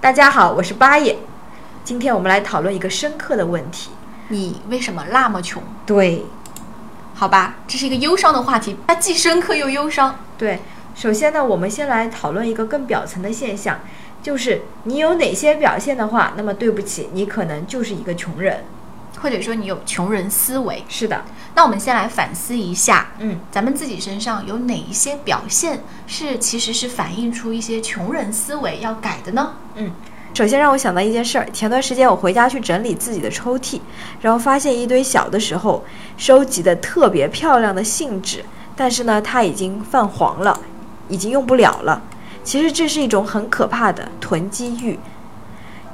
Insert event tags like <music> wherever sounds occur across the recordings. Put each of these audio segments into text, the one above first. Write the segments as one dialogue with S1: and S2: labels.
S1: 大家好，我是八也，今天我们来讨论一个深刻的问题。
S2: 你为什么那么穷？
S1: 对，
S2: 好吧，这是一个忧伤的话题，它既深刻又忧伤。
S1: 对，首先呢，我们先来讨论一个更表层的现象，就是你有哪些表现的话，那么对不起，你可能就是一个穷人。
S2: 或者说你有穷人思维。
S1: 是的，
S2: 那我们先来反思一下，
S1: 嗯，
S2: 咱们自己身上有哪一些表现是其实是反映出一些穷人思维要改的呢？
S1: 首先让我想到一件事儿，前段时间我回家去整理自己的抽屉，然后发现一堆小的时候收集的特别漂亮的信纸，但是呢，它已经泛黄了，已经用不了了。其实这是一种很可怕的囤积欲。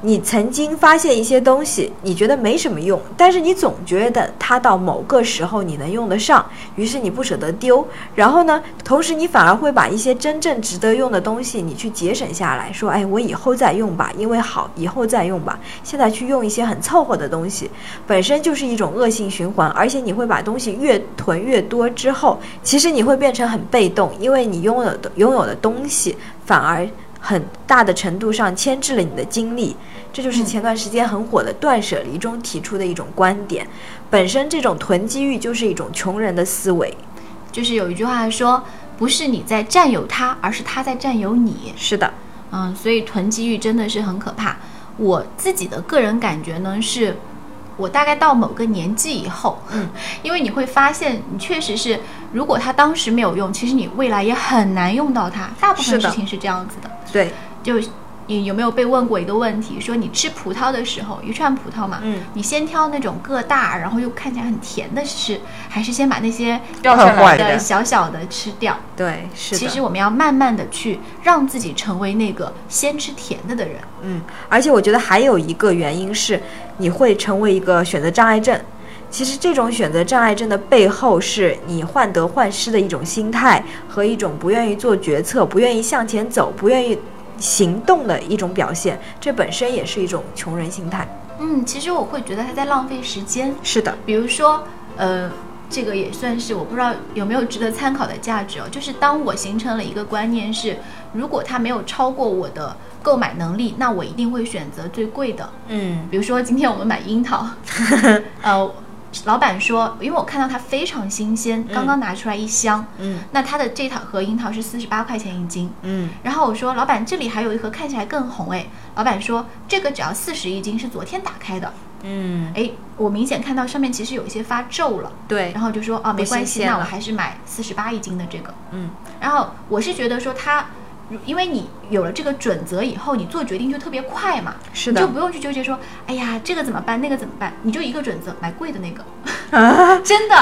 S1: 你曾经发现一些东西，你觉得没什么用，但是你总觉得它到某个时候你能用得上，于是你不舍得丢。然后呢，同时你反而会把一些真正值得用的东西，你去节省下来，说，哎，我以后再用吧，因为好，以后再用吧。现在去用一些很凑合的东西，本身就是一种恶性循环，而且你会把东西越囤越多之后，其实你会变成很被动，因为你拥有的拥有的东西反而。很大的程度上牵制了你的精力，这就是前段时间很火的断舍离中提出的一种观点。本身这种囤积欲就是一种穷人的思维。
S2: 就是有一句话说，不是你在占有他，而是他在占有你。
S1: 是的，
S2: 嗯，所以囤积欲真的是很可怕。我自己的个人感觉呢，是我大概到某个年纪以后，
S1: 嗯，
S2: 因为你会发现，你确实是，如果它当时没有用，其实你未来也很难用到它。大部
S1: 是
S2: 分
S1: 的
S2: 事情是这样子的。
S1: 对，
S2: 就你有没有被问过一个问题，说你吃葡萄的时候，一串葡萄嘛，
S1: 嗯
S2: 你先挑那种个大，然后又看起来很甜的吃，还是先把那些
S1: 掉下来的
S2: 的小小的吃掉？
S1: 对，是的。
S2: 其实我们要慢慢的去让自己成为那个先吃甜的的人。
S1: 嗯，而且我觉得还有一个原因是，你会成为一个选择障碍症。其实这种选择障碍症的背后，是你患得患失的一种心态和一种不愿意做决策、不愿意向前走、不愿意行动的一种表现。这本身也是一种穷人心态。
S2: 嗯，其实我会觉得他在浪费时间，
S1: 是的，
S2: 比如说，呃，这个也算是我不知道有没有值得参考的价值哦。就是当我形成了一个观念是，如果它没有超过我的购买能力，那我一定会选择最贵的。
S1: 嗯，
S2: 比如说今天我们买樱
S1: <laughs>
S2: 桃，呃，老板说，因为我看到它非常新鲜，刚刚拿出来一箱，
S1: 嗯
S2: 那它的这盒樱桃是四十八块钱一斤。
S1: 嗯，
S2: 然后我说，老板，这里还有一盒看起来更红哎。老板说，这个只要四十一斤，是昨天打开的。
S1: 嗯，
S2: 哎，我明显看到上面其实有一些发皱了，
S1: 对
S2: 然，后就说啊，没
S1: 不
S2: 关
S1: 新
S2: 系，
S1: 鲜
S2: 那
S1: 了
S2: 我还是买四十八一斤的这个。
S1: 嗯，
S2: 然后我是觉得说它，因为你有了这个准则以后，你做决定就特别快嘛，
S1: 是
S2: 你
S1: 的
S2: 就，不用去纠结说，哎呀，这个怎么办，那个怎么办，你就一个准则，买贵的那个。
S1: 啊
S2: <laughs> 真的，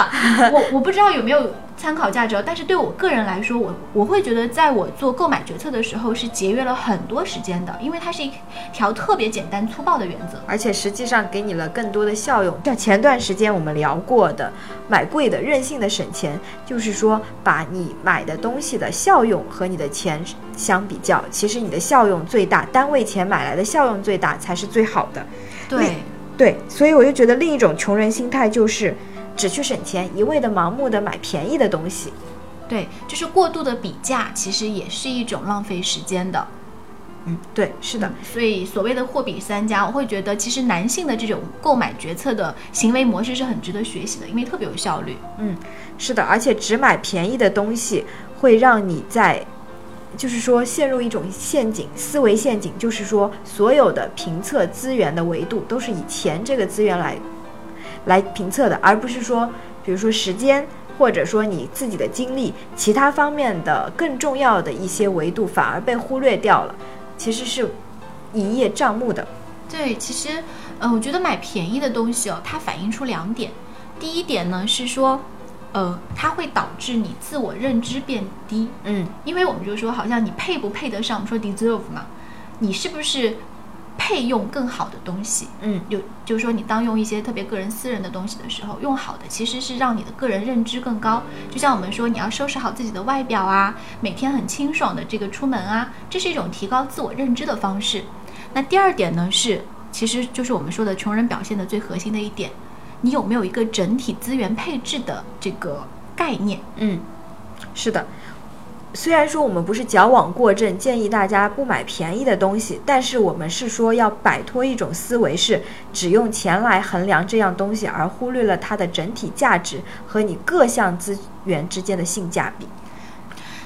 S2: 我我不知道有没有参考价值哦，但是对我个人来说，我我会觉得在我做购买决策的时候是节约了很多时间的，因为它是一条特别简单粗暴的原则。
S1: 而且实际上给你了更多的效用。像前段时间我们聊过的，买贵的任性的省钱，就是说把你买的东西的效用和你的钱相比较，其实你的效用最大，单位钱买来的效用最大才是最好的。
S2: 对。
S1: 对，所以我就觉得另一种穷人心态就是。只去省钱，一味的盲目的买便宜的东西。
S2: 对，就是过度的比价，其实也是一种浪费时间的。
S1: 嗯，对，是的，
S2: 所以所谓的货比三家，我会觉得其实男性的这种购买决策的行为模式是很值得学习的，因为特别有效率。
S1: 是的，而且只买便宜的东西会让你在，就是说陷入一种陷阱，思维陷阱，就是说所有的评测资源的维度都是以钱这个资源来来评测的，而不是说，比如说时间。或者说你自己的经历，其他方面的更重要的一些维度反而被忽略掉了，其实是一叶障目的。
S2: 对，其实，呃，我觉得买便宜的东西哦，它反映出两点。第一点呢是说，呃，它会导致你自我认知变低，
S1: 嗯，
S2: 因为我们就说好像你配不配得上，我们说 deserve 嘛，你是不是配用更好的东西。
S1: 嗯
S2: 有就是说，你当用一些特别个人私人的东西的时候，用好的其实是让你的个人认知更高。就像我们说，你要收拾好自己的外表啊，每天很清爽的这个出门啊，这是一种提高自我认知的方式。那第二点呢是，其实就是我们说的穷人表现的最核心的一点，你有没有一个整体资源配置的这个概念？
S1: 嗯，是的。虽然说我们不是矫枉过正，建议大家不买便宜的东西，但是我们是说要摆脱一种思维，是只用钱来衡量这样东西，而忽略了它的整体价值和你各项资源之间的性价比。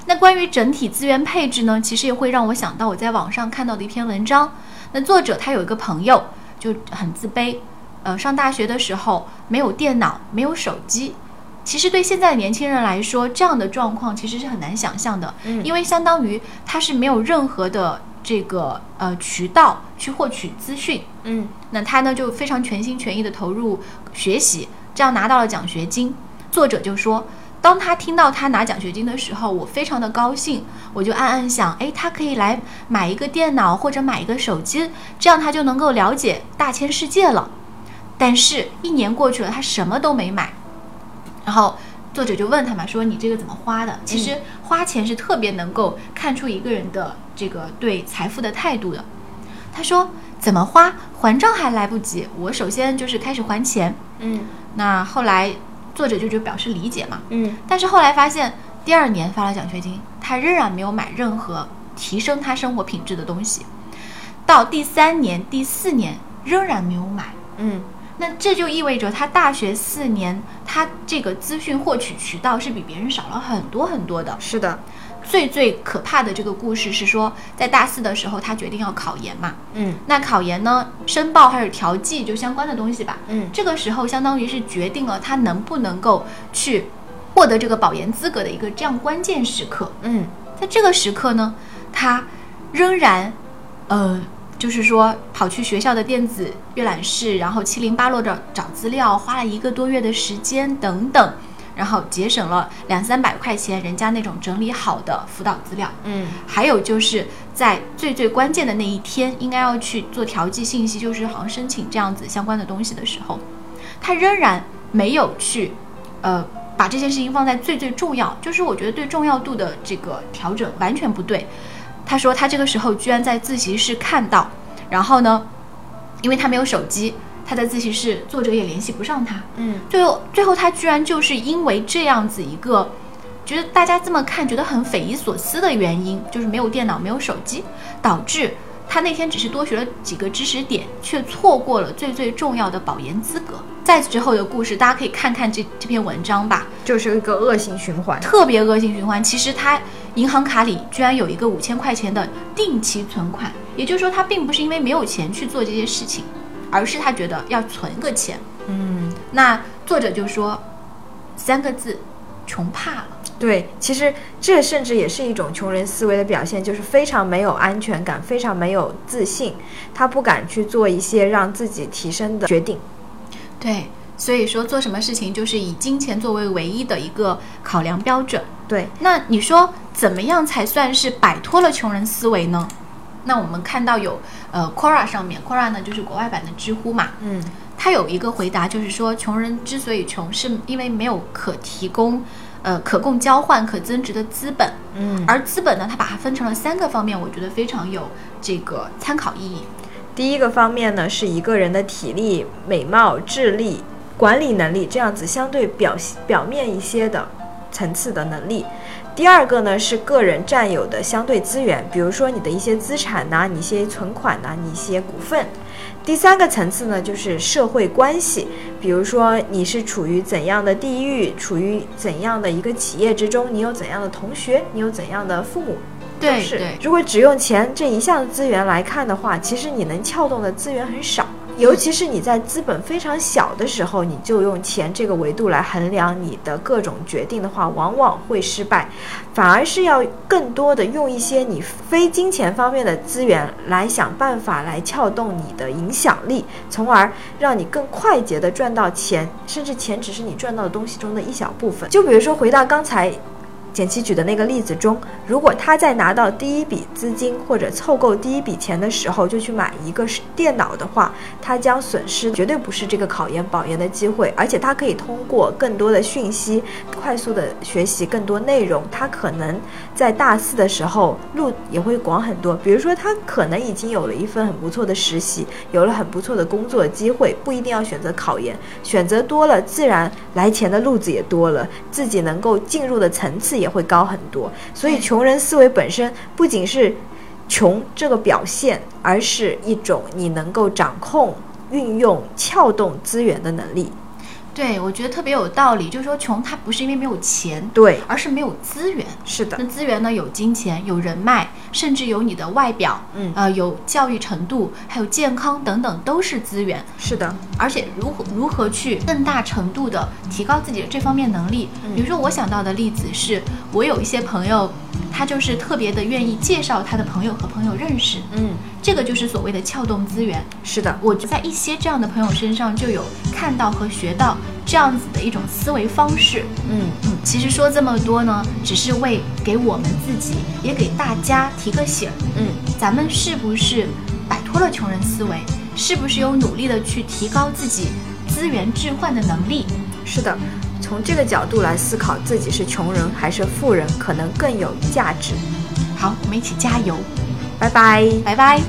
S2: 那关于整体资源配置呢，其实也会让我想到我在网上看到的一篇文章。那作者他有一个朋友就很自卑，呃，上大学的时候没有电脑，没有手机。其实对现在的年轻人来说，这样的状况其实是很难想象的，
S1: 嗯
S2: 因为相当于他是没有任何的这个呃渠道去获取资讯，
S1: 嗯
S2: 那他呢就非常全心全意的投入学习，这样拿到了奖学金。作者就说，当他听到他拿奖学金的时候，我非常的高兴，我就暗暗想，哎，他可以来买一个电脑或者买一个手机，这样他就能够了解大千世界了。但是，一年过去了，他什么都没买。然后作者就问他嘛，说你这个怎么花的？其实花钱是特别能够看出一个人的这个对财富的态度的。他说怎么花，还账还来不及，我首先就是开始还钱。
S1: 嗯
S2: 那后来作者就就表示理解嘛，
S1: 嗯
S2: 但是后来发现第二年发了奖学金，他仍然没有买任何提升他生活品质的东西，到第三年、第四年仍然没有买。
S1: 嗯
S2: 那这就意味着他大学四年，他这个资讯获取渠道是比别人少了很多很多的。
S1: 是的，
S2: 最最可怕的这个故事是说，在大四的时候，他决定要考研嘛。
S1: 嗯
S2: 那考研呢，申报还有调剂就相关的东西吧。
S1: 嗯
S2: 这个时候相当于是决定了他能不能够去获得这个保研资格的一个这样关键时刻。
S1: 嗯
S2: 在这个时刻呢，他仍然，呃，就是说跑去学校的电子阅览室，然后七零八落的找资料，花了一个多月的时间等等，然后节省了两三百块钱人家那种整理好的辅导资料。
S1: 嗯
S2: 还有就是在最最关键的那一天，应该要去做调剂信息，就是好像申请这样子相关的东西的时候，他仍然没有去，呃，把这件事情放在最最重要，就是我觉得对重要度的这个调整完全不对。他说他这个时候居然在自习室看到，然后呢，因为他没有手机，他在自习室作者也联系不上他，
S1: 嗯
S2: 最后最后他居然就是因为这样子一个，觉得大家这么看觉得很匪夷所思的原因，就是没有电脑没有手机，导致他那天只是多学了几个知识点，却错过了最最重要的保研资格。在此之后的故事，大家可以看看这这篇文章吧，
S1: 就是一个恶性循环。
S2: 特别恶性循环。其实他银行卡里居然有一个五千块钱的定期存款，也就是说他并不是因为没有钱去做这些事情，而是他觉得要存个钱。
S1: 嗯。
S2: 那作者就说三个字：穷怕了。
S1: 对，其实这甚至也是一种穷人思维的表现，就是非常没有安全感，非常没有自信，他不敢去做一些让自己提升的决定。
S2: 对，所以说做什么事情就是以金钱作为唯一的一个考量标准。
S1: 对，
S2: 那你说怎么样才算是摆脱了穷人思维呢？那我们看到有呃 Quora 上面，Quora 呢就是国外版的知乎嘛，
S1: 嗯
S2: 它有一个回答就是说，穷人之所以穷，是因为没有可提供。呃，可供交换、可增值的资本，
S1: 嗯而
S2: 而资本呢，它把它分成了三个方面，我觉得非常有这个参考意义。
S1: 第一个方面呢，是一个人的体力、美貌、智力、管理能力这样子相对表表面一些的层次的能力。第二个呢是个人占有的相对资源，比如说你的一些资产呐、你一些存款呐、你一些股份。第三个层次呢就是社会关系，比如说你是处于怎样的地域，处于怎样的一个企业之中，你有怎样的同学，你有怎样的父母
S2: 对
S1: 是
S2: 对，，
S1: 如果只用钱这一项资源来看的话，其实你能撬动的资源很少。
S2: 嗯
S1: 尤其是你在资本非常小的时候，你就用钱这个维度来衡量你的各种决定的话，往往会失败。反而是要更多的用一些你非金钱方面的资源来想办法来撬动你的影响力，从而让你更快捷的赚到钱，甚至钱只是你赚到的东西中的一小部分。就比如说回到刚才简七举的那个例子中，如果他在拿到第一笔资金或者凑够第一笔钱的时候就去买一个电脑的话，他将损失绝对不是这个考研保研的机会，而且他可以通过更多的讯息，快速的学习更多内容。他可能在大四的时候路也会广很多，比如说他可能已经有了一份很不错的实习，有了很不错的工作机会，不一定要选择考研，选择多了，自然来钱的路子也多了，自己能够进入的层次。也会高很多，所以穷人思维本身不仅是穷这个表现，而是一种你能够掌控、运用、撬动资源的能力。
S2: 对，我觉得特别有道理，就是说穷他不是因为没有钱，
S1: 对，
S2: 而是没有资源。
S1: 是的，
S2: 那资源呢？有金钱，有人脉，甚至有你的外表，
S1: 嗯
S2: 呃，有教育程度，还有健康等等，都是资源。
S1: 是的，
S2: 而且如何如何去更大程度的提高自己的这方面能力。
S1: 嗯
S2: 比如说，我想到的例子是，我有一些朋友，他就是特别的愿意介绍他的朋友和朋友认识，
S1: 嗯，
S2: 这个就是所谓的撬动资源。
S1: 是的，
S2: 我在一些这样的朋友身上就有看到和学到这样子的一种思维方式。
S1: 嗯，
S2: 嗯，其实说这么多呢，只是为给我们自己，也给大家提个醒儿。
S1: 嗯，
S2: 咱们是不是摆脱了穷人思维？是不是有努力的去提高自己资源置换的能力？
S1: 是的。从这个角度来思考自己是穷人还是富人，可能更有价值。
S2: 好，我们一起加油，
S1: 拜拜。
S2: 拜拜。